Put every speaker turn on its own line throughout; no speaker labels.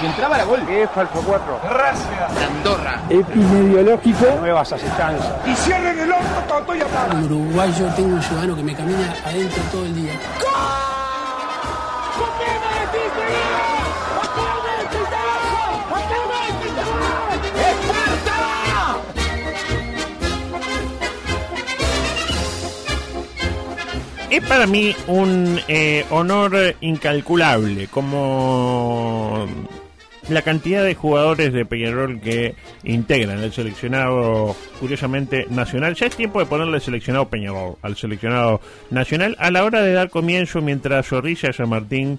Si entraba la gol.
Es Falso 4.
Andorra.
Epidemiológico. Nuevas asistencias.
Y cierren el orto, Toto y apaga.
Un uruguayo tengo un ciudadano que me camina adentro todo el día.
es para mí un eh, honor incalculable, como la cantidad de jugadores de Peñarol que integran el seleccionado, curiosamente, nacional. Ya es tiempo de ponerle seleccionado Peñarol al seleccionado nacional a la hora de dar comienzo mientras Zorrilla San Martín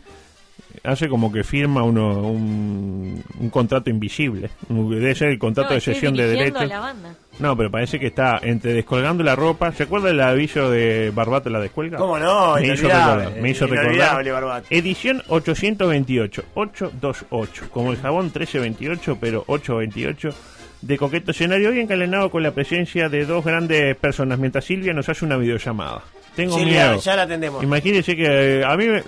eh, hace como que firma uno un, un contrato invisible. Debe ser el contrato
No,
de
estoy
cesión de
dirigiendo
derechos.
a la banda.
No, pero parece que está entre descolgando la ropa. ¿Se acuerda el aviso de Barbato la descuelga?
¿Cómo no?
Me hizo
Inolvidable,
recordar. Me hizo
inolvidable,
recordar.
Barbato.
Edición 828, 828, como el jabón 1328, pero 828 de coqueto escenario. Hoy encalenado con la presencia de dos grandes personas, mientras Silvia nos hace una videollamada. Tengo
Silvia,
miedo.
ya la atendemos.
Imagínense que eh, a mí me-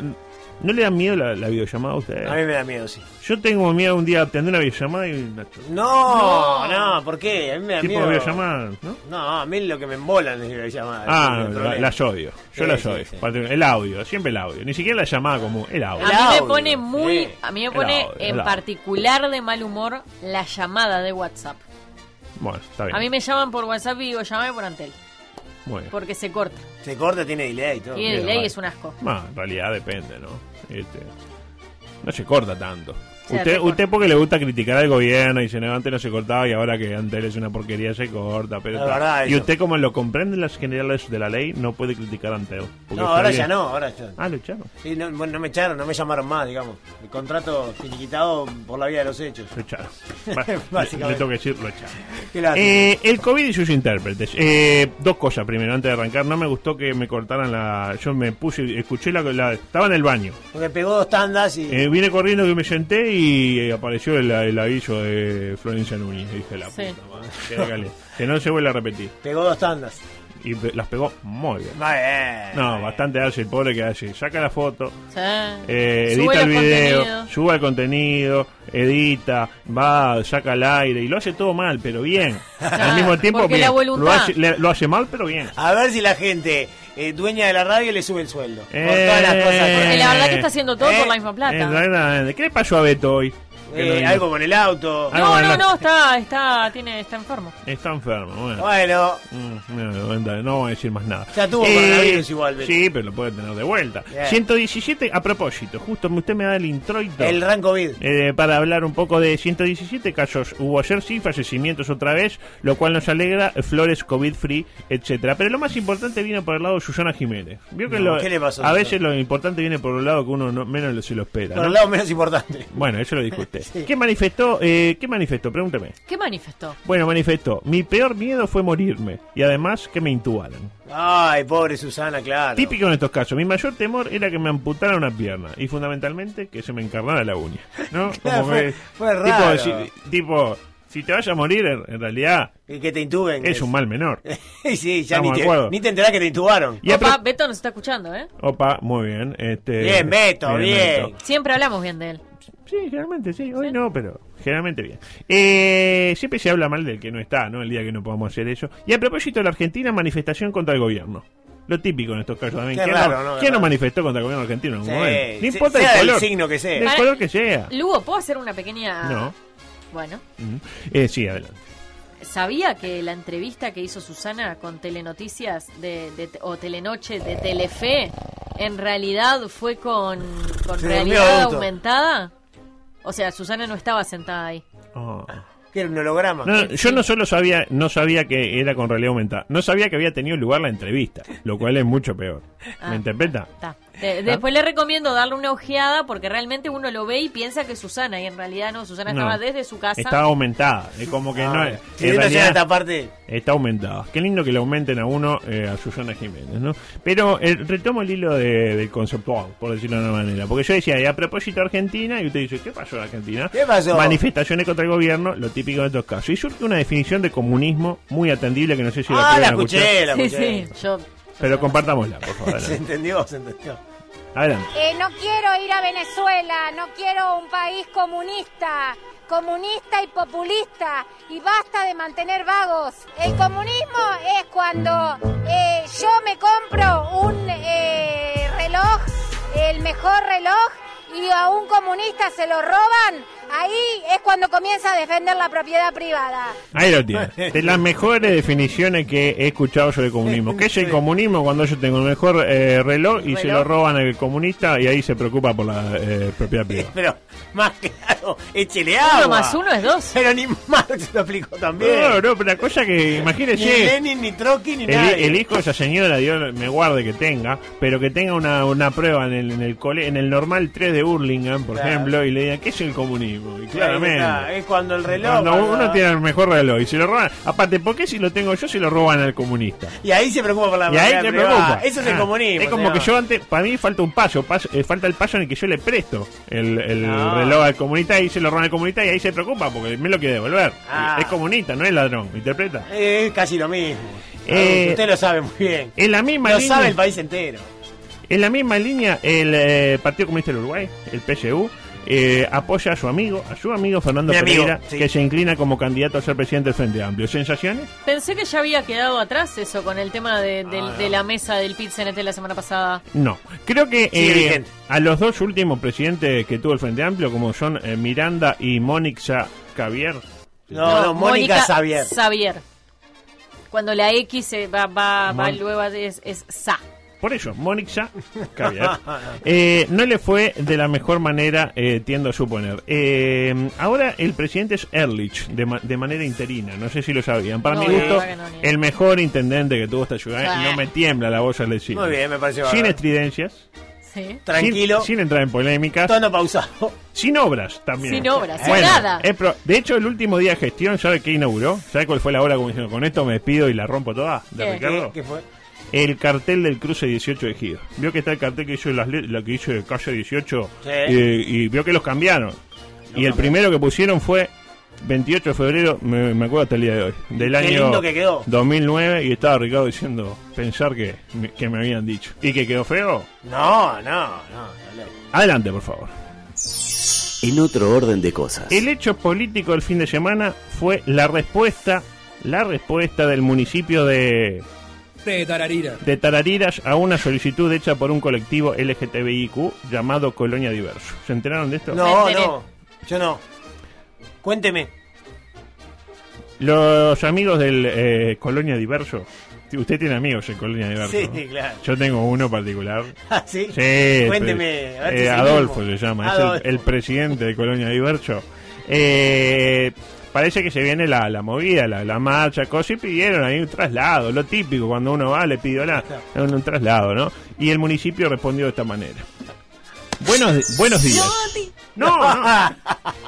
no le da miedo la, la videollamada a ustedes.
A mí me da miedo, sí.
Yo tengo miedo un día atender una videollamada y una ch-
No, no, ¿por qué? A mí me da
tipo
miedo.
de videollamada, ¿no?
No, a mí lo que me embolan es videollamada.
Ah,
ese es el
la-
problema.
las odio. Yo
Sí,
las
sí,
odio.
sí.
Particular- El audio, siempre el audio. Ni siquiera la llamada común, el audio.
A mí me
audio,
pone muy,
sí.
a mí me
El
pone
audio, el
en
audio.
particular de mal humor la llamada de WhatsApp.
Bueno, está bien.
A mí me llaman por WhatsApp y digo, llamame por Antel,
Muy bien.
porque se corta.
Se corta, tiene delay y todo.
Y el
bien,
delay
vale.
es un asco.
Bueno, en realidad depende, ¿no? Este, no se corta tanto.
Se
usted,
recorta.
usted porque le gusta criticar al gobierno y se antes no se cortaba y ahora que antes es una porquería se corta. Pero
Es verdad
y
eso.
usted como lo comprenden las generales de la ley no puede criticar a Antel. porque
No,
está
ahora
bien.
ya no, ahora ya.
Ah, lo echaron.
Sí, no, bueno, no me echaron, no me llamaron más, digamos. El contrato finiquitado por la vía de los hechos.
Lo echaron. Bueno,
Básicamente.
le, le tengo que decir, lo echaron.
Qué lástima.
Eh, el COVID y sus intérpretes. Eh, dos cosas primero, antes de arrancar. No me gustó que me cortaran la. Yo me puse, escuché la. la- estaba en el baño.
Porque pegó dos tandas y.
Eh, vine corriendo que me senté y eh, apareció el, el aviso de Florencia Núñez. Dije la
Sí.
puta madre, qué regalo. Que no se vuelva a repetir.
Pegó dos tandas.
Y pe- las pegó muy bien.
Va bien.
No, bastante hace el pobre que hace. Saca la foto,
Sí.
eh,
Sube
edita el
los
video,
contenidos.
suba el contenido, edita, va, saca al aire y lo hace todo mal, pero bien. Al mismo tiempo,
porque
bien.
la
Lo
voluntad.
hace, le- lo hace mal, pero bien.
A ver si la gente eh, dueña de la radio le sube el sueldo. por
Eh,
todas las cosas. que-
Porque la verdad que está haciendo todo
Eh,
por la misma plata.
Eh, verdaderamente. ¿Qué le pasó a Beto hoy? Que no
Eh,
vino.
algo con el auto.
Ah.
no,
bueno,
no,
la-
no, está, está, tiene, está enfermo.
Está enfermo, bueno.
Bueno,
Mm, No, no, no voy a decir más nada.
Ya tuvo coronavirus igual, Beto.
Sí, pero lo puede tener de vuelta.
Bien.
117, a propósito, justo usted me da el introito.
el Rancovid.
Eh, para hablar un poco de 117 casos hubo ayer, sí, fallecimientos otra vez, lo cual nos alegra, flores COVID-free, etcétera Pero lo más importante vino por el lado de Susana Jiménez. Vio que
No,
lo-
¿qué le pasó,
a
Susana?
veces lo importante viene por un lado que uno no- menos se lo espera.
Por
¿no?
el lado menos importante.
Bueno, eso lo dijo usted.
Sí.
¿Qué manifestó? Eh, ¿Qué manifestó? Pregúnteme.
¿Qué manifestó?
Bueno, manifestó, mi peor miedo fue morirme y además que me intubaran.
Ay, pobre Susana, claro.
Típico en estos casos. Mi mayor temor era que me amputaran una pierna y fundamentalmente que se me encarnara la uña. ¿No?
Claro, fue-
que-
fue
tipo,
raro.
si- tipo, si te vas a morir, en, en realidad
Y que te intuben.
es un mal menor.
sí, ya
Estamos
ni
de
te,
acuerdo.
ni te enterás que te intubaron.
Y
Opa,
apro-
Beto nos está escuchando, ¿eh?
Opa, muy bien. Este,
Bien, Beto, bien.
Beto.
Siempre hablamos bien de él.
Sí, generalmente sí. Hoy no, pero generalmente bien. Eh, siempre se habla mal del que no está, ¿no? El día que no podamos hacer eso. Y a propósito de la Argentina, manifestación contra el gobierno. Lo típico en estos casos también.
Qué
¿Quién, no,
raro, ¿no?
quién no
Raro.
manifestó contra el gobierno argentino? en algún
Sí,
momento?
se-
No importa
sea
el
del
color.
signo que sea.
Del
Para-
color que sea.
Lugo, ¿puedo hacer una pequeña...?
No.
Bueno,
Mm. Eh, sí, adelante.
sabía que la entrevista que hizo Susana con Telenoticias de, de- o Telenoche de Telefe en realidad fue con, con
Se durmió,
realidad
adulto.
aumentada. O sea, Susana no estaba sentada ahí. Ah.
Oh.
Que era un holograma.
No, yo no solo sabía, no sabía que era con realidad aumentada, no sabía que había tenido lugar la entrevista, lo cual es mucho peor.
Ah.
¿Me interpreta?
Está.
Ah.
De- después le recomiendo darle una ojeada porque realmente uno lo ve y piensa que es Susana y en realidad no, Susana
No.
estaba desde su casa.
Estaba aumentada, es como que no.
Ah,
en
si hubiera llegado a esta parte.
Está aumentada. Qué lindo que le aumenten a uno eh, a Susana Jiménez, ¿no? Pero eh, retomo el hilo de- del conceptual, por decirlo de una manera. Porque yo decía, y a propósito de Argentina, y usted dice, ¿qué pasó en Argentina?
¿Qué pasó?
Manifestaciones contra el gobierno, lo típico de estos casos. Y surge una definición de comunismo muy atendible que no sé si
Ah, la
pudieron escuchar,
escuché, la
Sí,
escuché.
sí, yo-
Pero compartámosla, por favor.
Se
adelante.
entendió, se entendió.
Adelante.
Eh, no quiero ir a Venezuela, no quiero un país comunista, comunista y populista, y basta de mantener vagos. El comunismo es cuando eh, yo me compro un eh, reloj, el mejor reloj, y a un comunista se lo roban, ahí es cuando comienza a defender la propiedad privada.
Ahí lo tiene. De las mejores definiciones que he escuchado yo de comunismo. ¿Qué es el comunismo? Cuando yo tengo el mejor eh, reloj y se
Reloj.
lo roban al comunista y ahí se preocupa por la eh, propiedad privada.
Pero, más claro, échele agua.
Uno más uno es dos.
Pero ni Marx lo aplicó también.
No, no, pero la cosa que,
ni
imagínese, el,
Lenin, ni Trotsky, ni nadie.
el hijo de esa señora, Dios me guarde que tenga, pero que tenga una, una prueba en el, en, el cole- en el normal 3 de Hurlingham, por
Claro.
ejemplo, y le digan, ¿qué es el comunismo? Y
Sí, ahí
claramente.
está, Es cuando el reloj.
Cuando
cuando-
uno tiene el mejor reloj y se lo roban, aparte, ¿por qué si lo tengo yo se lo roban al comunista?
Y ahí se preocupa por la
Y ahí
propiedad
te
privada.
preocupa.
Eso es el
Ah,
comunismo.
Es como
señor.
que yo antes, para mí falta un paso, paso- eh, falta el paso en el que yo le presto el, el
No.
reloj al comunista y se lo roban al comunista y ahí se preocupa porque me lo quiere devolver.
Ah.
Es comunista, no es ladrón, ¿me interpreta.
Es casi lo mismo.
Eh,
Usted lo sabe muy bien.
En la misma
Lo
línea,
sabe el país entero.
en la misma línea, el eh, Partido Comunista del Uruguay, el PSU, eh, apoya a su amigo, a su amigo Fernando
Mi amigo,
Pereira,
sí.
que se inclina como candidato a ser presidente del Frente Amplio. ¿Sensaciones?
Pensé que ya había quedado atrás eso con el tema de,
Ah,
del- de la mesa del pit CNT la semana pasada.
No, creo que
Sigue
eh,
vigente.
a los dos últimos presidentes que tuvo el Frente Amplio, como son eh, Miranda y Mónica Javier,
No, no, Mónica Xavier.
Xavier. Cuando la X se va, va, va
Mon-
luego es, es Sa.
por ello, Mónica Javier, eh, no le fue de la mejor manera, eh, tiendo a suponer. Eh, ahora el presidente es Erlich, de, ma- de manera interina, no sé si lo sabían. Para
No,
mi
la
gusto,
verdad que no, ni idea.
el mejor intendente que tuvo esta ciudad,
Sí.
y no me tiembla la voz al decirlo.
Muy bien, me pareció
Sin
bárbaro.
estridencias,
Sí.
Tranquilo,
sin, sin entrar en polémicas,
tono pausado.
Sin obras también.
Sin obras, sin
Bueno,
nada.
es pro- de hecho, el último día de gestión, ¿sabe qué inauguró? ¿Sabe cuál fue la obra? Como diciendo, con esto me despido y la rompo toda. ¿De
¿Qué?
Ricardo?
¿Qué fue?
El cartel del cruce 18 de Ejido. Vio que está el cartel que hizo, las let- la que hizo de calle 18
Sí.
eh, y vio que los cambiaron. y el primero que pusieron fue 28 de febrero, me, me acuerdo hasta el día de hoy, del
Qué
año
lindo que quedó.
2009 y estaba Ricardo diciendo, pensar que, me- que me habían dicho. ¿Y que quedó feo?
No, no, no. está loco.
Adelante, por favor.
En otro orden de cosas.
El hecho político del fin de semana fue la respuesta, la respuesta del municipio de,
De tararira.
de Tarariras a una solicitud hecha por un colectivo LGTBIQ llamado Colonia Diverso. ¿Se enteraron de esto?
No,
Me enteré.
no. Yo no. Cuénteme.
Los amigos del eh, Colonia Diverso. Usted tiene amigos en Colonia Diverso.
Sí,
¿no?
claro.
Yo tengo uno particular.
Ah, ¿Sí?
Sí,
Cuénteme.
pues,
a ver si
eh,
es el
Adolfo
mismo.
se llama, es
Adolfo.
el- el, presidente de Colonia Diverso. Eh, parece que se viene la, la movida, la, la marcha, cosas, y pidieron ahí un traslado, lo típico, cuando uno va le pidió la, un, un traslado, ¿no? Y el municipio respondió de esta manera. Buenos, buenos días. No, no,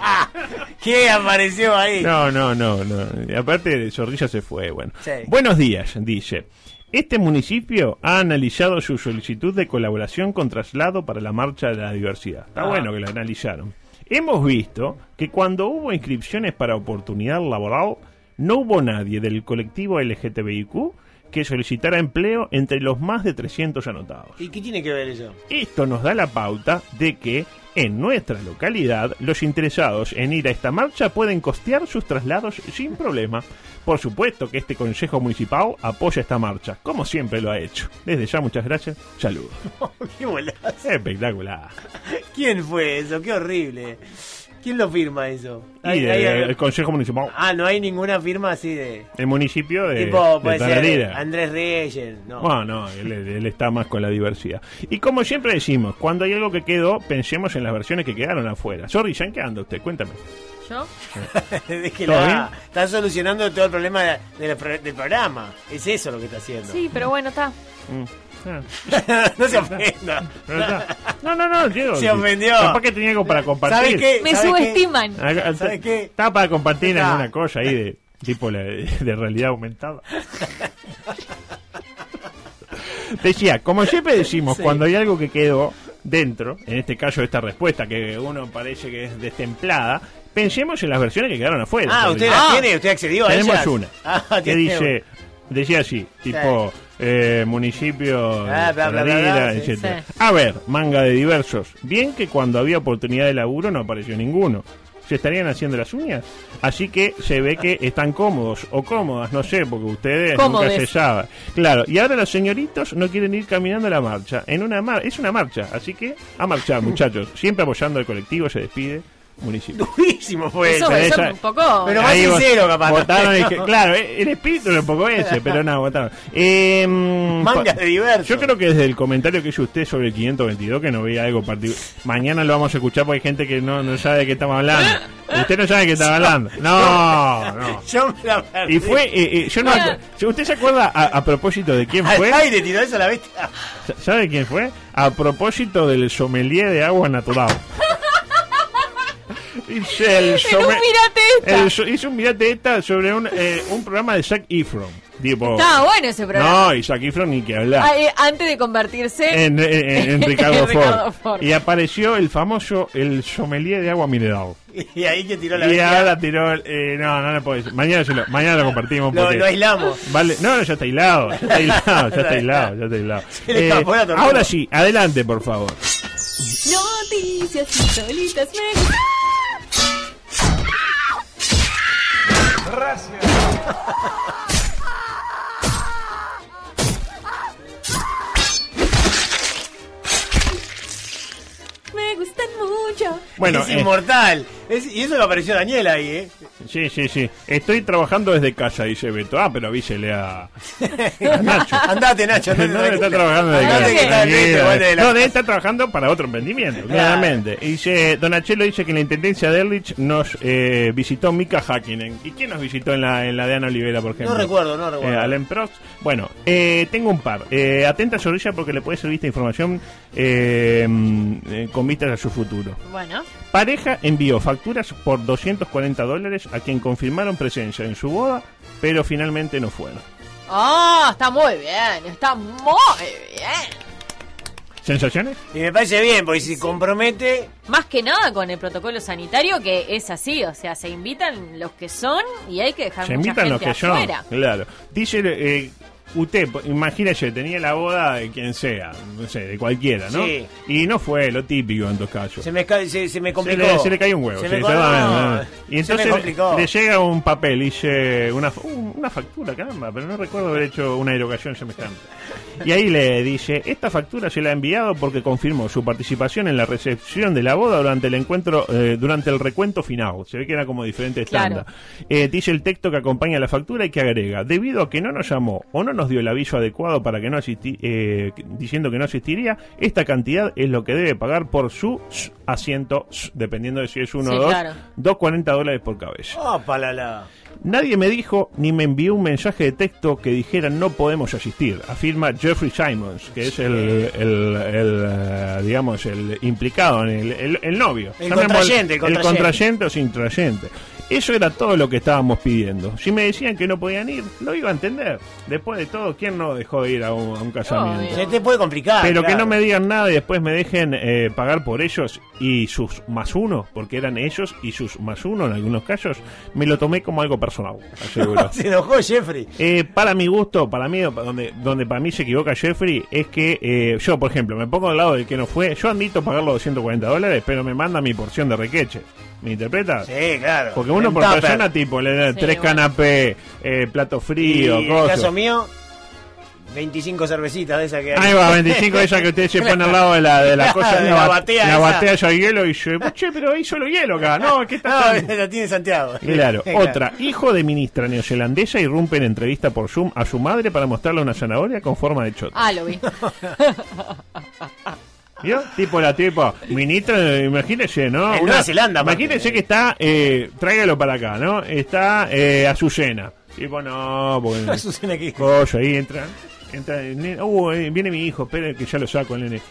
¿Qué apareció ahí?
no, no, no, no. Y Aparte, Zorrilla se fue, bueno.
Sí.
Buenos días, dice. Este municipio ha analizado su solicitud de colaboración con traslado para la marcha de la diversidad. Está
Ah.
bueno que la analizaron. Hemos visto que cuando hubo inscripciones para oportunidad laboral, no hubo nadie del colectivo LGTBIQ que solicitara empleo entre los más de 300 anotados.
¿Y qué tiene que ver eso?
Esto nos da la pauta de que en nuestra localidad los interesados en ir a esta marcha pueden costear sus traslados sin problema. Por supuesto que este Consejo Municipal apoya esta marcha, como siempre lo ha hecho. Desde ya muchas gracias, saludos.
¿Qué bolazo.
Espectacular.
¿Quién fue eso? Qué horrible. ¿Quién lo firma eso?
Y
Hay-
de-
hay-
el Consejo Municipal.
ah, no hay ninguna firma así de.
El municipio de,
tipo,
de
puede ser eh,
Tararira.
Andrés Reyes. No.
Bueno, no, él, él está más con la diversidad. Y como siempre decimos, cuando hay algo que quedó, pensemos en las versiones que quedaron afuera. Sorry, ¿ya en qué anda usted? Cuéntame.
¿Yo?
Déjela.
¿Todo bien?
Está solucionando todo el problema de- de la pro- del programa. Es eso lo que está haciendo.
Sí, pero bueno, está.
Mm. Ah,
no se ofenda.
pero está. No, no, no, Diego.
Se ofendió.
Capaz que tenía algo para compartir.
¿Sabes qué?
Me
Eh, ¿Sabes qué?
subestiman.
Ah,
¿Sabes qué?
Estaba para compartir
Está.
alguna cosa ahí de tipo la- de realidad aumentada. Decía, como siempre decimos, cuando hay algo que quedó dentro, en este caso esta respuesta que uno parece que es destemplada, pensemos en las versiones que quedaron afuera.
Ah, ¿usted la tiene? ¿Usted accedió a
Tenemos
ellas?
una
Ah,
que
tiene
dice, decía así, tipo eh, municipio,
Ah, bla, bla, bla, bla,
Florida,
sí.
etcétera.
Sí.
A ver, manga de diversos. Bien que cuando había oportunidad de laburo no apareció ninguno. ¿Se estarían haciendo las uñas? Así que se ve que están cómodos o cómodas, no sé, porque ustedes
Cómodes.
nunca se sabe. Claro, y ahora los señoritos no quieren ir caminando a la marcha. En una mar es una marcha, así que a marchar, muchachos. Siempre apoyando al colectivo, se despide municipio.
Durísimo fue
Eso,
eso.
eso
esa-
un poco.
Pero más
Ahí vos-
sincero, capaz.
Votaron y
¿no?
que- claro, eh, el espíritu era un poco ese, pero no, votaron. Eh, mm,
Manga
pa-
de diversos.
Yo creo que desde el comentario que hizo usted sobre el 522, que no veía algo particular. Mañana lo vamos a escuchar porque hay gente que no, no sabe de qué estamos hablando. Usted no sabe de qué estamos hablando. No, no.
Yo me la perdí.
Y fue, eh, eh, yo no acu- yo- ¿Usted se acuerda a, a propósito de quién
Al
fue?
aire tiró eso la bestia.
¿Sabe quién fue? A propósito del sommelier de agua natural. Dice el
En un
sommelier.
mirate esta.
El so- hizo un mirate esta sobre un, eh, un programa de Zac Efron. Tipo,
Está Ah, bueno ese programa.
no, y Zac Efron ni que hablar.
Ah, eh, antes de convertirse
en,
eh,
en- en- en Ricardo,
eh. en Ricardo
Ford.
Ford.
Y apareció el famoso el sommelier de agua mineral.
Y ahí que tiró la
Y
bestia.
ahora tiró. el- eh, no, no lo puedo decir. Mañana, se lo, mañana lo compartimos.
Lo,
Porque
lo aislamos.
Vale, no, no, ya está hilado, ya está hilado, ya está hilado, ya está hilado. Eh,
Se le escapó la tortuga.
ahora sí, adelante, por favor.
Noticias insólitas me Me gustan mucho.
Bueno,
es
eh,
inmortal. Es- y eso lo apareció Daniel ahí, ¿eh?
sí, sí, sí. Estoy trabajando desde casa, dice Beto. Ah, pero avísele a, a Nacho.
Andate, Nacho.
No,
andate,
no está
tranquilo.
trabajando desde casa.
Andate que Ah, está el
Tranquilo. eh.
Beto, vale, de la-
No, de- está trabajando para otro emprendimiento, claramente. Y Dice, Donatello dice que en la intendencia de Erlich nos eh, visitó Mika Hakkinen. ¿Y quién nos visitó en la, en la de Ana Olivera, por ejemplo?
recuerdo, no recuerdo.
Eh, Alem Prost. Bueno, eh, tengo un par. Eh, atenta, Sorrilla, porque le puede servir esta información eh, mm, eh, con vistas a su futuro.
Bueno,
Pareja envió facturas por 240 dólares a quien confirmaron presencia en su boda, pero finalmente no fueron.
ah, está muy bien, está muy bien.
¿Sensaciones?
Y me parece bien, porque si compromete.
Más que nada con el protocolo sanitario que es así, o sea, se invitan los que son y hay que dejar
Se
mucha
invitan
gente
los que son.
afuera.
Claro. Dice, eh, usted, po- imagínese, tenía la boda de quien sea, no sé, de cualquiera, ¿no?
Sí.
Y no fue lo típico en dos casos.
Se me, ca- se, se me
Se
complicó.
le, se le cayó un huevo.
Se
sí,
me, co-
exactamente.
no,
Y
se me complicó.
entonces le llega un papel, dice una, fa- un- una factura, caramba, pero no recuerdo haber hecho una erogación semejante. Y ahí le dice, esta factura se la ha enviado porque confirmó su participación en la recepción de la boda durante el encuentro, eh, durante el recuento final. Se ve que era como diferente
Claro.
estándar. Eh, dice el texto que acompaña la factura y que agrega, debido a que no nos llamó o no nos dio el aviso adecuado para que no asisti- eh, que- diciendo que no asistiría, esta cantidad es lo que debe pagar por su s- asiento, s- dependiendo de si es uno
Sí,
o dos,
claro.
2.40 dólares por cabeza.
Oh, palala.
Nadie me dijo ni me envió un mensaje de texto que dijera no podemos asistir, afirma Jeffrey Simons, que es el, el- el, eh, digamos, el implicado, en el, el- el novio.
El
Llamémosle-
contrayente, el contrayente.
contrayente o sin trayente. Eso era todo lo que estábamos pidiendo. Si me decían que no podían ir, lo iba a entender. Después de todo, ¿quién no dejó de ir a un, a un casamiento?
Se te puede complicar.
Pero que
claro.
no me digan nada y después me dejen eh, pagar por ellos y sus más uno, porque eran ellos y sus más uno en algunos casos, me lo tomé como algo personal, aseguró.
Se enojó Jeffrey.
Eh, para mi gusto, para mí, donde, donde para mí se equivoca Jeffrey, es que eh, yo, por ejemplo, me pongo al lado del que no fue, yo admito pagar los 240 dólares, pero me manda mi porción de requeche. ¿Me interpreta?
Sí, claro.
Porque uno
En
por
tupper.
persona, tipo, le da
Sí,
tres
bueno.
canapés, eh, plato
Y
frío,
en el
cosas.
caso mío, 25 cervecitas de esas que
Ahí va, 25 de esas que ustedes se ponen al lado de la, de la cosa.
De
la,
la
ba-
batea
la
esa.
batea ya hielo y yo, che, pero hay solo hielo acá. No, ¿qué está
No, la tiene Santiago.
Claro, otra. Hijo de ministra neozelandesa irrumpe en entrevista por Zoom a su madre para mostrarle una zanahoria con forma de chota.
Ah, lo vi.
¿Vio? Tipo la tipo, ministra, eh, imagínese, ¿no?
En Nueva Zelanda, aparte.
Imagínese que está, eh, tráigalo para acá, ¿no? Está eh, Azucena. Tipo, no, porque...
Azucena aquí.
Coyo, ahí entra. entra el nene. Uh, eh, viene mi hijo, esperen que ya lo saco el nene.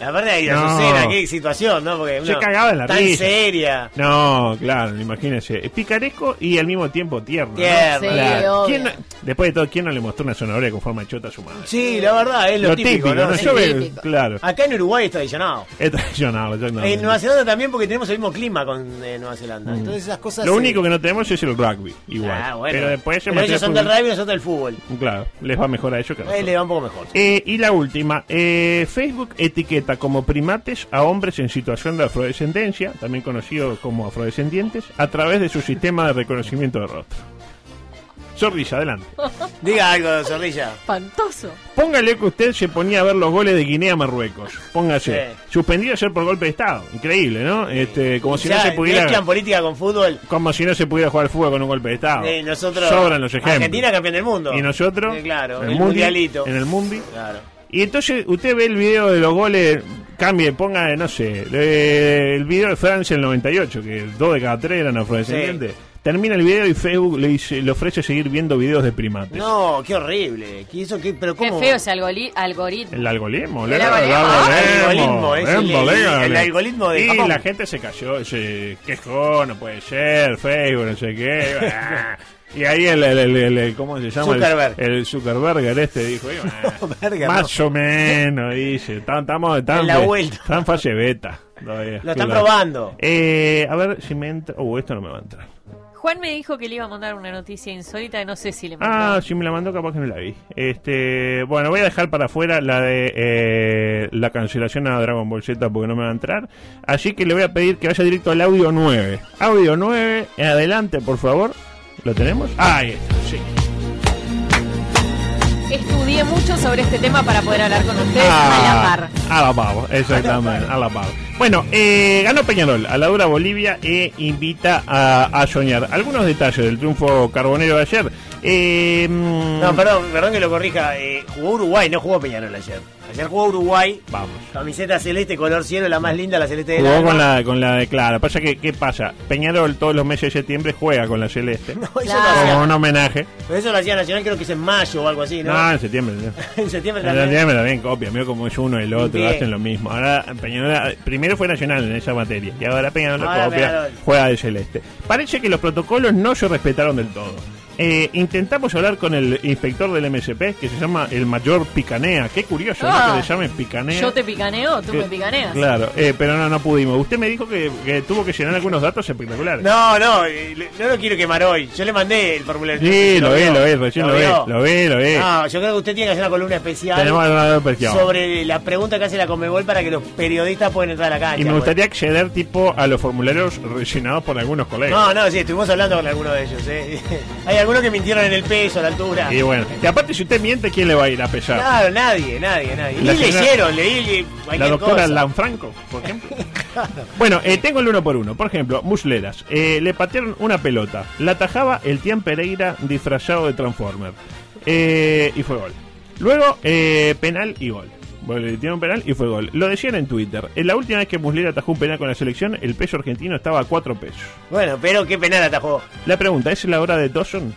Aparte ahí,
No.
Azucena, qué situación, ¿no? Porque
Se
uno
cagaba en la
tan
risa.
seria.
No, claro, imagínese. Es picaresco y al mismo tiempo tierno. ¿no?
Tierno.
Sí,
Claro.
obvio.
¿Quién no- después de todo, ¿quién no le mostró una zanahoria con forma de chota a su madre?
Sí, la verdad, es lo, típico, Eh, ¿no?
¿no?
Sí.
Yo veo-
típico.
claro.
Acá en Uruguay es tradicionado.
Es tradicional, exactamente. Mm.
En Nueva Zelanda también porque tenemos el mismo clima con eh, Nueva Zelanda. Entonces esas cosas...
Lo
eh,
único que no tenemos es el rugby, igual.
Ah, bueno.
Pero después se
Pero ellos son del
fútbol.
rugby y nosotros del fútbol.
Claro, les va mejor a ellos que a
A él le
nosotros.
va un poco mejor.
Eh, y la última, eh, Facebook etiqueta como primates a hombres en situación de afrodescendencia, también conocidos como afrodescendientes, a través de su sistema de reconocimiento de rostro. Zorrilla, adelante.
Diga algo, Zorrilla.
Espantoso.
Póngale que usted se ponía a ver los goles de Guinea a Marruecos. Póngase.
Sí.
Suspendido ayer por golpe de Estado. Increíble, ¿no? Este, como si
Ya,
no se pudiera...
mezclan política con fútbol.
Como si no se pudiera jugar al fútbol con un golpe de Estado.
Eh, nosotros...
Ah, Sobran los ejemplos.
Argentina campeón del mundo.
Y nosotros,
Eh, claro,
en
el
Mundi,
mundialito.
En el Mundi.
Claro.
Y entonces usted ve el video de los goles, cambie, ponga, no sé, de- el video de Francia en el 98, que dos de cada tres eran afrodescendientes.
Sí.
Termina el video y Facebook le, dice- le ofrece seguir viendo videos de primates.
No, qué horrible. ¿Qué hizo? ¿Qué? ¿Pero
Qué
cómo?
feo ese algoli- algoritmo.
El algoritmo,
El
le-
algoritmo.
Ah, el algoritmo, es el-
Lembo,
el-
dígale.
el algoritmo de
Y
Japón.
la gente se cayó, se quejó, no puede ser, Facebook, no sé qué. bah. y ahí el, el- el- el- el- ¿cómo se llama? El-
Zuckerberg.
El, Zuckerberger este dijo, y, bah,
No, verga,
más o menos, dice, estamos tan, tan,
eh, En la vuelta.
tan fase beta. todavía,
Lo están
claro.
probando.
Eh, a ver si me entra, oh, esto no me va a entrar.
Juan me dijo que le iba a mandar una noticia insólita, no sé si le mandó.
Ah, si me la mandó capaz que no la vi. Este, bueno, voy a dejar para afuera la de eh, la cancelación a Dragon Ball Z porque no me va a entrar. Así que le voy a pedir que vaya directo al audio 9. Audio 9, adelante, por favor. ¿Lo tenemos? Ah, ahí está, sí.
Estudié mucho sobre este tema para poder hablar con ustedes
Ah.
a la par.
A la par, exactamente, a la par. Bueno, eh, ganó Peñarol a la dura Bolivia e invita a, a soñar. Algunos detalles del triunfo carbonero de ayer. Eh, mm,
No, perdón, perdón que lo corrija. eh, jugó Uruguay, no jugó Peñarol ayer. Ayer jugó Uruguay.
Vamos.
Camiseta celeste, color cielo, la más linda, la celeste de
Jugó con la, con la de Clara. Pasa que, ¿qué pasa? Peñarol todos los meses de septiembre juega con la Celeste.
eso, lo
Claro.
Como
hacía,
un homenaje.
pero eso lo hacía Nacional, creo que es en mayo o algo así, ¿no?
No, en septiembre. no.
en septiembre
En
también.
septiembre también copia, mío como es uno el otro,
Bien.
hacen lo mismo. Ahora Peñarol, ah, primero fue Nacional en esa materia y ahora Peñarol lo
Ahora
copia,
Peñarol.
juega de celeste. Parece que los protocolos no se respetaron del todo. Eh, intentamos hablar con el inspector del MSP que se llama el mayor Picanea. Qué curioso, ¿no?
Ah.
Que le llamen Picanea.
Yo te picaneo, tú
Que-
me picaneas.
Claro, eh, pero no, no pudimos. Usted me dijo que, que tuvo que llenar algunos datos espectaculares.
No, no, eh, le- no lo quiero quemar hoy. Yo le mandé el formulario.
Sí, lo ve,
vio.
lo ve, recién lo ve,
vio.
lo ve, lo ve.
No, yo creo que usted tiene que hacer una columna especial
Tenemos una presión.
sobre la pregunta que hace la Comebol para que los periodistas puedan entrar a la cancha.
Y me
pues.
gustaría acceder tipo a los formularios rellenados por algunos colegas.
No, no, sí, estuvimos hablando con algunos de ellos. ¿eh? Hay algunos que mintieron en el peso, a la altura.
Y bueno, y aparte si usted miente, ¿quién le va a ir a pesar?
Claro, nadie, nadie, nadie.
La
Ni
señora-
leyeron, leí leí
La
cualquier
doctora
cosa.
Lanfranco, por ejemplo. Bueno, eh, tengo el uno por uno. Por ejemplo, Musleras. Eh, le patearon una pelota. La atajaba el Tian Pereira disfrazado de Transformer. Eh, y fue gol. Luego, eh, penal y gol. Bueno, le tiraron penal y fue gol. Lo decían en Twitter. En la última vez que Muslera atajó un penal con la selección, el peso argentino estaba a 4 pesos.
Bueno, pero qué penal atajó.
La pregunta, ¿es la hora de Dawson?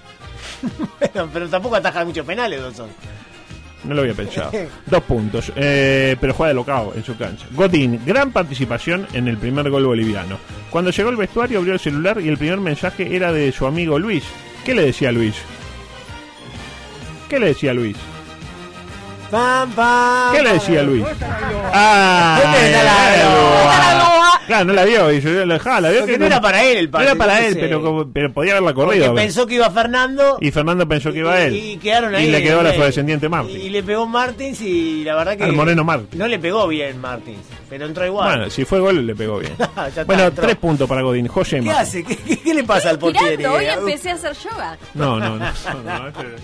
Bueno, pero tampoco ataja muchos penales, Dawson.
No lo había pensado. Dos puntos. Eh, pero juega de locao en su cancha. Godín, gran participación en el primer gol boliviano. Cuando llegó al vestuario abrió el celular y el primer mensaje era de su amigo Luis. ¿Qué le decía Luis? ¿Qué le decía Luis?
Pam, pam.
¿Qué le decía Luis? Ah,
¿Dónde está la
eh,
globa?
eh,
Para la loba,
Claro, no la vio. Y yo lo dejaba, la vio.
Porque no era para él el
No
pase,
era para
yo
él,
qué sé.
pero, como- pero podía haberla
Porque
corrido.
pensó que iba Fernando.
Y Fernando pensó que iba a él.
Y, y quedaron ahí.
Y le quedó a la
¿entendés?
afrodescendiente Martins.
Y, y le pegó Martins y la verdad que.
Al moreno Martins.
No le pegó bien Martins, pero entró igual.
Bueno, si fue gol, le pegó bien.
Ya está,
bueno,
entró.
tres puntos para Godín. Joyema.
¿Qué hace? ¿Qué, qué- qué le pasa al portieri?
Mirando, hoy
Ah,
empecé a hacer yoga.
No, no, no. no, no.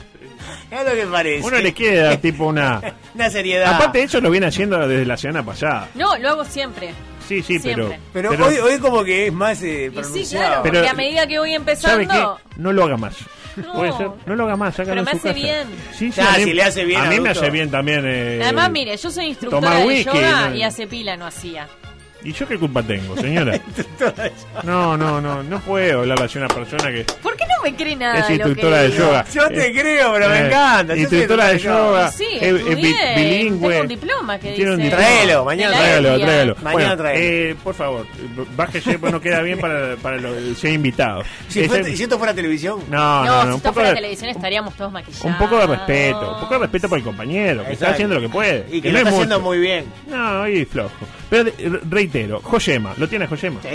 Es lo que parece.
Uno le quiere dar tipo una.
Una seriedad.
Aparte, eso lo viene haciendo desde la semana pasada.
No, lo hago siempre.
Sí, sí,
Siempre.
pero.
pero, hoy, hoy como que es más eh,
Y sí,
pronunciado.
claro,
Pero-
porque a medida que voy
¿Sabe qué?
empezando,
No lo haga más.
No.
Puede ser. No lo haga más. hágalo
Pero
en
me
su
hace
casa.
bien.
Sí, sí,
Ah,
a mí-
si le hace bien,
A mí me
adulto.
hace bien también. eh,
además, mire, yo soy
tomar
instructora de
whisky,
yoga
no-
y hace pila no hacía.
¿Y yo qué culpa tengo, señora? no, no, no. No puedo hablar de una persona que
¿Por qué no me cree nada?
es
de lo que
instructora de
digo?
yoga.
Yo te creo, pero
Eh,
me encanta. Yo
Instructora
te-
de yoga.
Sí,
eh, eh, bi-
estudié,
bilingüe.
tengo un diploma que
Tiene un
dice-
diploma.
Tráelo, mañana
De la
Tráigalo,
India.
tráigalo.
Mañana
Bueno,
tráelo.
eh, por favor, eh, bájese, pues no queda bien para, para los 100 invitados.
Si, fue-
Ese-
si esto fuera televisión.
no, no,
No,
no.
si
un
esto
poco
fuera
de-
televisión estaríamos todos maquillados.
Un poco de respeto, un poco de respeto para el compañero, que está
Exacto.
haciendo lo que puede.
Y que, lo está
es
haciendo
mucho.
muy bien.
No, y flojo. Pero de- reitero, Joyema, ¿lo tiene Joyema?
Sí.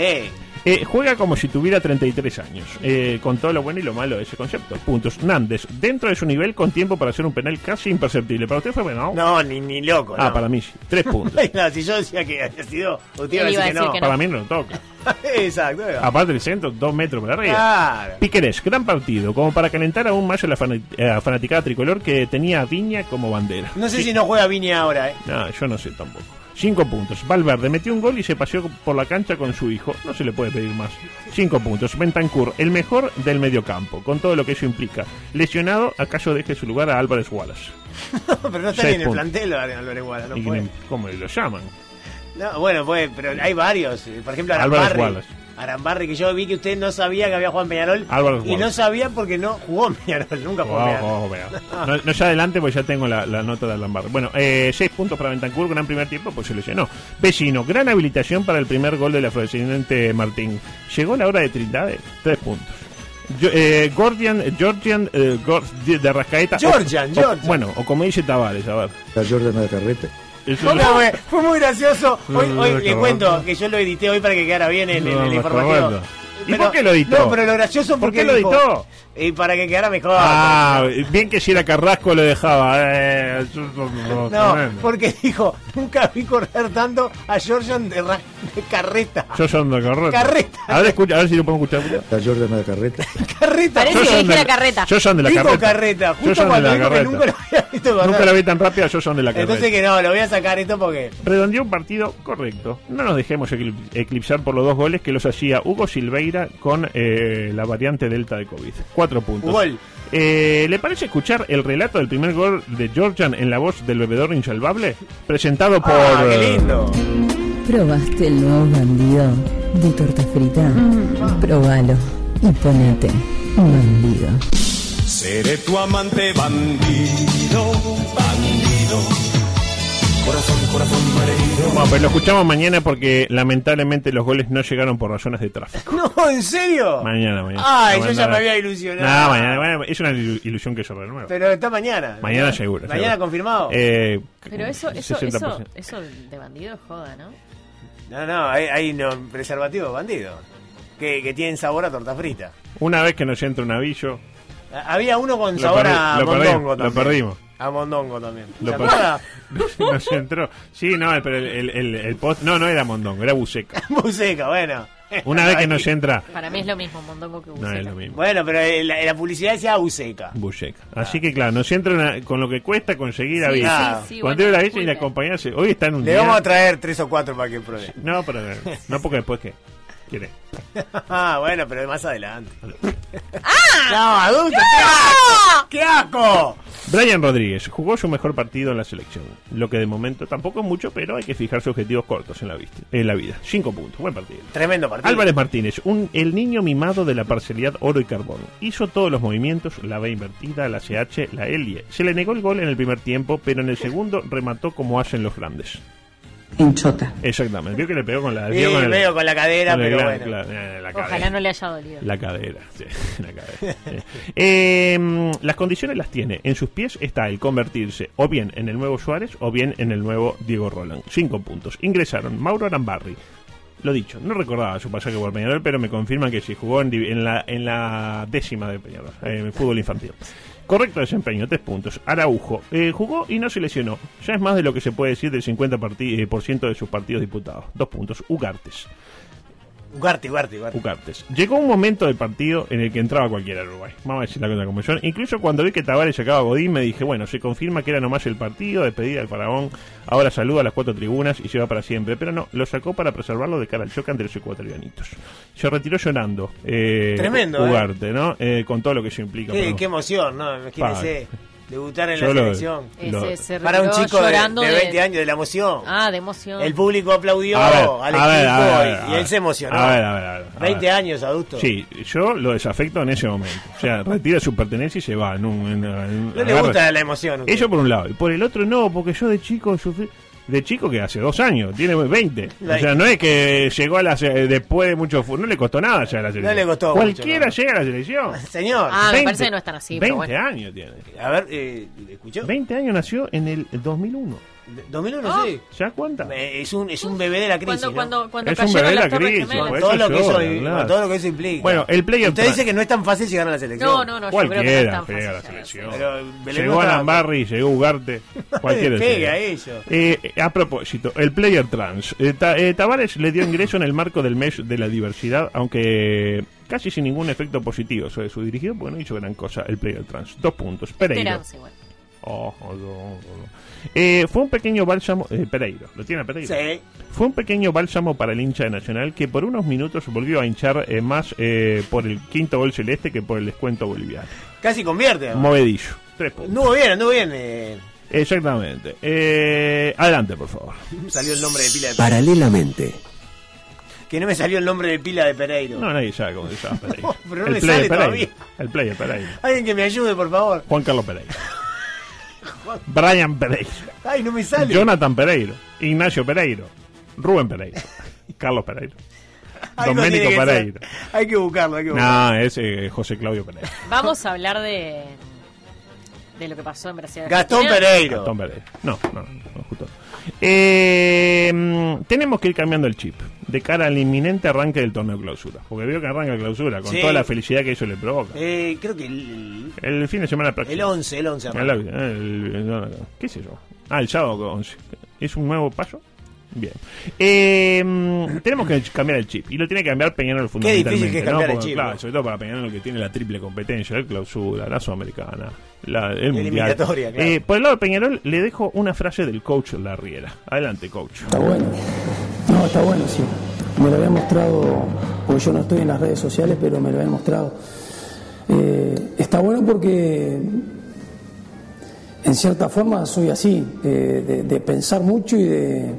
Eh, juega como si tuviera 33 años, eh, con todo lo bueno y lo malo de ese concepto. Puntos. Nández, dentro de su nivel, con tiempo para hacer un penal casi imperceptible. ¿Para usted fue penal?
No, ni, ni loco.
Ah,
no.
para mí sí. Tres puntos.
No, si yo decía que había sido, usted iba a
Él
decir
iba
que no.
a decir
para mí no lo toca.
Exacto. ahí va.
Aparte del centro, dos metros para arriba.
Claro.
Piquerés, gran partido, como para calentar aún más a la fana- a la fanaticada tricolor que tenía a Viña como bandera.
No sé
Sí.
si no juega Vini ahora, ¿eh?
No, yo no sé tampoco. Cinco puntos. Valverde metió un gol y se paseó por la cancha con su hijo. No se le puede pedir más. Cinco puntos. Bentancur, el mejor del mediocampo, con todo lo que eso implica. Lesionado, acaso deje su lugar a Álvarez Wallace.
pero no está
Seis
ni en el
puntos.
plantel Álvarez Wallace.
Y
No puede.
ni- ¿Cómo lo llaman?
No, bueno, pues, pero hay varios. eh, Por ejemplo,
Álvarez
Arambarri.
Wallace.
Arambarri, que yo vi que usted no sabía que había jugado en Peñarol.
Álvarez
y no
Wallace.
sabía porque no jugó en Peñarol. Nunca jugó
Wow,
en Peñarol.
wow, vea. No, no, ya adelante, pues ya tengo la, la nota de Alambar. Bueno, eh, seis puntos para Bentancur, gran primer tiempo, pues se lesionó. Vecino, gran habilitación para el primer gol del afrodescendiente Martín. Llegó la hora de Trindade, tres puntos. Yo- eh, Gordian, Georgian eh, Gor- de de Rascaeta.
Georgian,
o-
Georgian.
bueno, o como dice Tavares, a ver.
La Jordan de Carrete.
Eso
Hola,
es-
güey, fue muy gracioso. Hoy,
No,
hoy
no,
le
no.
cuento que yo lo edité hoy para que quedara bien en, en
No,
el
no,
informativo.
correcto. ¿Y por qué lo editó?
No, pero lo gracioso
¿Por
porque
qué lo
dijo,
editó?
Y para que quedara mejor.
Ah, bien que si era Carrasco lo dejaba. eh, eso-
no,
tremendo.
porque dijo, nunca vi correr tanto a Georgian de, ra- de carreta.
Yo soy de Carreta.
Carreta.
A ver, escucha, a ver si lo podemos escuchar.
La Jordan de Carrete.
Carreta.
Parece
Yo
que
soy
dije
de
la carreta.
Yo soy de la
dijo
carreta.
carreta.
Yo
Justo
soy de
cuando
la
dijo que
carreta.
nunca lo había visto correr.
Nunca la vi tan rápida, yo soy de la carreta.
Entonces que no, lo voy a sacar esto porque...
Redondeó un partido correcto. No nos dejemos eclip- eclipsar por los dos goles que los hacía Hugo Silveira con eh, la variante Delta de COVID. Cuatro puntos.
Gol.
Eh, ¿Le parece escuchar el relato del primer gol de Georgian en la voz del bebedor insalvable? Presentado por.
Ah, qué lindo.
¿Probaste el nuevo bandido de torta frita?
Mm.
Probalo y ponete un bandido.
Seré tu amante bandido, bandido. Corazón, corazón malherido.
Bueno, pues lo escuchamos mañana porque lamentablemente los goles no llegaron por razones de tráfico.
No, ¿en serio?
Mañana, mañana.
Oh. Ay,
No,
yo ya
mañana.
me había ilusionado.
No, mañana, mañana, es una ilu- ilusión que se renueva.
Pero está mañana.
Mañana seguro.
Mañana
seguro.
confirmado.
Eh,
Pero eso, eso,
60%.
eso, eso de bandido es joda, ¿no?
No, no, hay, hay no, preservativo bandido. Que, que tienen sabor a torta frita.
Una vez que nos entra un avillo,
A- Había uno con
Lo
sabor
perdi-
a
lo
mondongo
perdimos, lo
también.
perdimos.
A mondongo también.
Lo
¿Se
perdimos.
acuerda?
nos entró. Sí, no, pero el, el, el- el post. No, no era Mondongo, era Buceca.
Muy seca, bueno.
Una vez que nos entra.
Para mí es lo mismo mondongo que
No
buceca.
es lo mismo.
Bueno, pero eh, la, la publicidad decía Useca.
Buceca. Así que, claro, nos entra una- con lo que cuesta conseguir
Sí,
avillo.
Ah.
sí, sí,
Cuando
bueno,
era la avillo y la
disculpe.
compañía se- Hoy está en un
Le
día-
vamos a traer tres o cuatro para que pruebe.
No, pero. No, porque después, ¿qué? ¿Quiere?
Ah, bueno, pero más adelante. ¡Ah! ¡No, adulto! ¡Qué asco! ¡Qué asco!
Brian Rodríguez jugó su mejor partido en la selección, lo que de momento tampoco es mucho, pero hay que fijarse objetivos cortos en la, vista- en la vida. Cinco puntos, buen partido.
Tremendo partido.
Álvarez Martínez, un, el niño mimado de la parcialidad oro y carbón. Hizo todos los movimientos, la B invertida, la CH, la L. E. Se le negó el gol en el primer tiempo, pero en el segundo remató como hacen los grandes.
En chota.
Exactamente. Vio que le pegó con la...
Sí,
dio con el-
medio con la cadera,
con el
pero
gran-
bueno.
claro, eh, la
Ojalá
cadera.
no le haya dolido.
La cadera, sí, la cadera. sí. Eh, mm, las condiciones las tiene. En sus pies está el convertirse o bien en el nuevo Suárez o bien en el nuevo Diego Roland. Cinco puntos. Ingresaron Mauro Arambarri, Lo dicho, no recordaba su pasaje por Peñarol, pero me confirman que sí jugó en, div- en la, en la décima de Peñarol, eh, en el fútbol infantil. Correcto desempeño, tres puntos. Araujo eh, jugó y no se lesionó. Ya es más de lo que se puede decir del 50% parti- eh, por ciento de sus partidos disputados. Dos puntos. Ugartes.
Ugarte, Ugarte, Ugarte.
Ucartes. Llegó un momento del partido en el que entraba cualquiera al Uruguay. Vamos a decir la cosa como son. Incluso cuando vi que Tavares sacaba a Godín, me dije, bueno, se confirma que era nomás el partido, despedida del faraón, ahora saluda a las cuatro tribunas y se va para siempre. Pero no, lo sacó para preservarlo de cara al choque ante los ecuatorianitos. Se retiró llorando. eh,
Tremendo, ¿eh?
Ugarte, ¿no? Eh, con todo lo que eso implica.
Qué,
pero-
qué emoción, ¿no? Imagínese
Pa.
debutar en
Yo
la
lo-
selección.
lo-
Ese se
Para un
retiró
chico de,
llorando
de
de-
20 años, de la emoción.
Ah, de emoción.
El público aplaudió
A ver,
al
a ver,
equipo
a ver,
y-
a
y,
ver.
él se emocionó.
A ver, a ver, a ver, a
20
ver.
años, adulto.
Sí, yo lo desafecto en ese momento. O sea, retira su pertenencia y se va. en un- en- en-
No le
agarra-
gusta la emoción. a usted.
Eso por un lado. Y por el otro no, porque yo de chico sufrí... De chico que hace dos años, tiene 20. O sea, no es que llegó a la se- eh, después de mucho fu- No le costó nada llegar a la selección.
le costó mucho,
Cualquiera
no.
llega a la selección.
Señor.
Ah, me
20,
parece que no es tan así.
20
pero bueno.
años tiene.
A ver, eh, ¿escuchó?
20 años nació en el 2001.
De- 2001, sí.
¿Ya cuánta?
Eh, Es un, es un bebé de la crisis.
Cuando,
¿no?
Ah. cuando, cuando
Es un
cayeron
bebé
las
la
torres
crisis,
gemelas.
Con
pues.
todo,
eso
lo que eso,
llora,
con
claro.
todo lo que eso implica.
Bueno, el player
Usted
tra-
dice que no es tan fácil llegar a la selección.
No, no, no. yo creo que no es
Cualquiera
tan fácil
llega a la
llegar a la
selección.
Pero Belén
llegó
no
a
estaba-
Lambarri, llegó Ugarte. Cualquiera.
Pega
llega.
eso.
Eh, eh, a propósito, el player trans. Eh, Ta- eh, Tavares le dio ingreso en el marco del mes de la diversidad, aunque casi sin ningún efecto positivo sobre su dirigido, porque no hizo gran cosa el player trans. Dos puntos. Pereira.
Esperanza, igual.
Oh, oh, oh, oh. Eh, fue un pequeño bálsamo. eh, Pereiro, ¿lo tiene Pereiro?
Sí.
Fue un pequeño bálsamo para el hincha de Nacional que por unos minutos volvió a hinchar eh, más eh, por el quinto gol celeste que por el descuento boliviano.
Casi convierte. No
Movedillo. Tres puntos.
Anduvo bien, anduvo bien. eh,
Exactamente. Eh, adelante, por favor.
salió el nombre de pila de Pereiro.
Paralelamente,
Que no me salió el nombre de pila de Pereiro.
No, nadie sabe cómo se llama Pereiro.
Pero no
el
le
player
sale
Pereiro.
todavía.
El player Pereiro.
Alguien que me ayude, por favor.
Juan Carlos Pereiro. Brian Pereiro.
Ay, no me sale.
Jonathan Pereiro. Ignacio Pereiro. Rubén Pereiro. Carlos Pereiro.
Algo
Doménico
tiene que
Pereiro.
ser. Hay que buscarlo, hay que buscarlo.
No, es eh, José Claudio Pereiro.
Vamos a hablar de de lo que pasó en Brasil.
Gastón
Argentina.
Pereiro.
Gastón Pereira. No, no, no, justo. Eh, mm, tenemos que ir cambiando el chip de cara al inminente arranque del torneo clausura. Porque veo que arranca clausura con
Sí.
toda la felicidad que eso le provoca.
Eh, creo que el,
El fin de semana próximo.
el 11, el 11.
El- el- el- no, no, no. ¿Qué sé yo? Ah, el sábado 11. ¿Es un nuevo paso? Bien. Eh, mm, tenemos que cambiar el chip. Y lo tiene que cambiar Peñarol fundamentalmente.
difícil que es
¿no?
cambiar el
Porque,
chip,
claro,
¿no?
sobre todo para Peñarol que tiene la triple competencia, la clausura, la sudamericana, la el mundial.
Eliminatoria, claro.
Eh, por el lado de Peñarol le dejo una frase del coach Larriera. Adelante, coach.
Está bueno. No, está bueno, sí. Me lo habían mostrado, porque yo no estoy en las redes sociales, pero me lo habían mostrado. Eh, está bueno porque, en cierta forma, soy así, eh, de, de pensar mucho y de,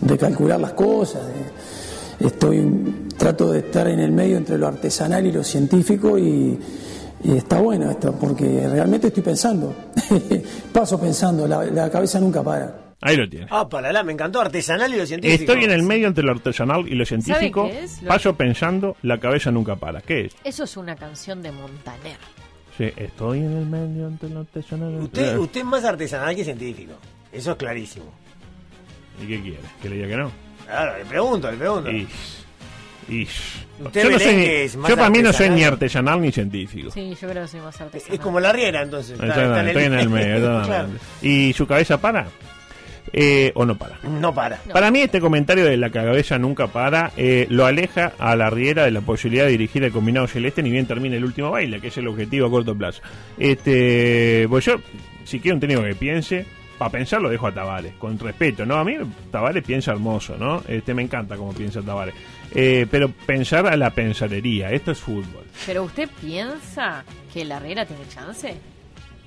de calcular las cosas. de- estoy, trato de estar en el medio entre lo artesanal y lo científico y, y está bueno esto, porque realmente estoy pensando. Paso pensando, la- la cabeza nunca para.
Ahí lo tiene.
Ah, para la, me encantó. Artesanal y lo científico.
Estoy en el medio entre lo artesanal y lo científico.
qué es? Lo-
Paso pensando, la cabeza nunca para. ¿Qué es?
Eso es una canción de Montaner.
Sí, estoy en el medio entre lo artesanal y lo
Usted, usted es más artesanal que científico. Eso es clarísimo.
¿Y qué quiere? ¿Que le diga que no?
Claro, le pregunto, le pregunto.
Ish. Ish.
Usted,
yo no
Belén,
soy ni-
que es más
yo para mí no soy
artesanal.
ni artesanal ni científico.
Sí, yo creo que soy más artesana.
Es como la riera, entonces. Está- está
Exactamente, estoy en el medio.
Claro.
exactamente. ¿Y su cabeza para? Eh, ¿O no para?
No para.
Para mí este comentario de la cabeza nunca para eh, lo aleja a la Riera de la posibilidad de dirigir el combinado celeste ni bien termine el último baile, que es el objetivo a corto plazo. Este, pues yo, si quiero un técnico que piense, para pensar lo dejo a Tavares, con respeto, ¿no? A mí Tavares piensa hermoso, ¿no? Este, me encanta cómo piensa Tavares. Eh, pero pensar a la pensarería, esto es fútbol.
Pero usted piensa que la Herrera tiene chance.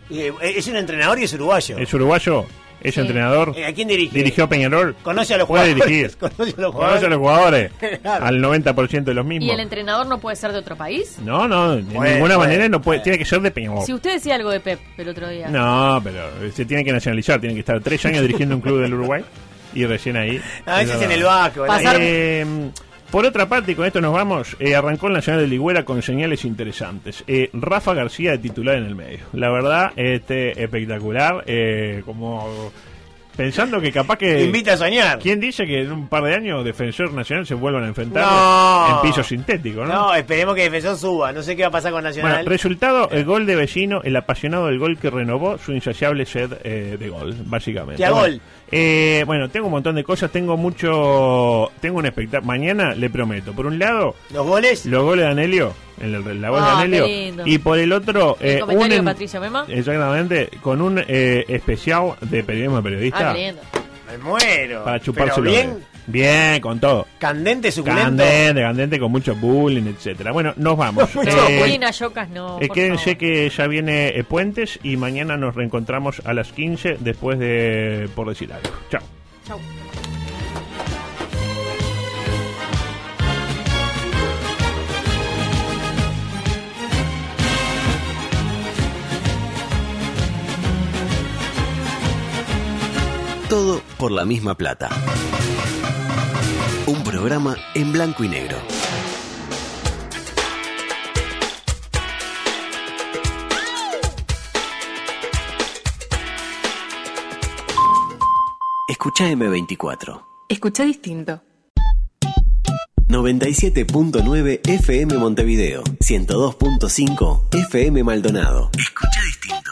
Eh, es un entrenador y es uruguayo.
Es uruguayo, es
Sí.
entrenador,
Eh, ¿A quién dirige?
dirigió a Peñarol,
Conoce a los
puede dirigir.
jugadores. Conoce a los jugadores.
Conoce a los jugadores,
Claro.
al 90% de los mismos.
¿Y el entrenador no puede ser de otro país?
No, no, de
Puede,
ninguna
puede,
manera no puede,
puede.
tiene que ser de Peñarol.
Si usted decía algo de Pep el otro día.
No, pero se tiene que nacionalizar, tiene que estar tres años dirigiendo un club del Uruguay y recién ahí.
A veces
Eso
en
no.
el vasco.
Pasar-
¿verdad?
Eh, por otra parte, y con esto nos vamos, eh, arrancó el Nacional de Ligüera con señales interesantes. Eh, Rafa García de titular en el medio. La verdad, este espectacular, eh, como Pensando que capaz que.
Te Eh, invita a soñar.
¿Quién dice que en un par de años Defensor Nacional se vuelvan a enfrentar
No.
en piso sintético, no?
No, esperemos que Defensor suba. No sé qué va a pasar con Nacional.
Bueno, resultado, el gol de Vecino, el apasionado del gol que renovó su insaciable sed eh, de gol, básicamente.
Ya,
Bueno,
gol.
eh, bueno, tengo un montón de cosas, tengo mucho... Tengo un espectáculo. Mañana, le prometo, por un lado...
¿Los goles?
Los goles de Anelio, en el- la voz de
Ah, qué lindo.
Anelio. Y por el otro...
El
eh,
comentario de
en-
Patricia Mema.
Exactamente, con un eh, especial de periodismo de periodista.
Ah, qué lindo.
Me muero.
para chuparse
Pero
los
bien,
dedos. Bien, con todo.
candente, suculento.
Candente, candente, con mucho bullying, etcétera. Bueno, nos vamos.
No,
Eh,
bullying a Yocas no.
eh,
por
quédense
favor.
que ya viene eh, Puentes y mañana nos reencontramos a las 15 después de Por Decir Algo. Chao.
Chau.
Todo por la misma plata. Un programa en blanco y negro. Escucha M24.
Escucha distinto.
97.9 FM Montevideo. 102.5 FM Maldonado. Escucha distinto.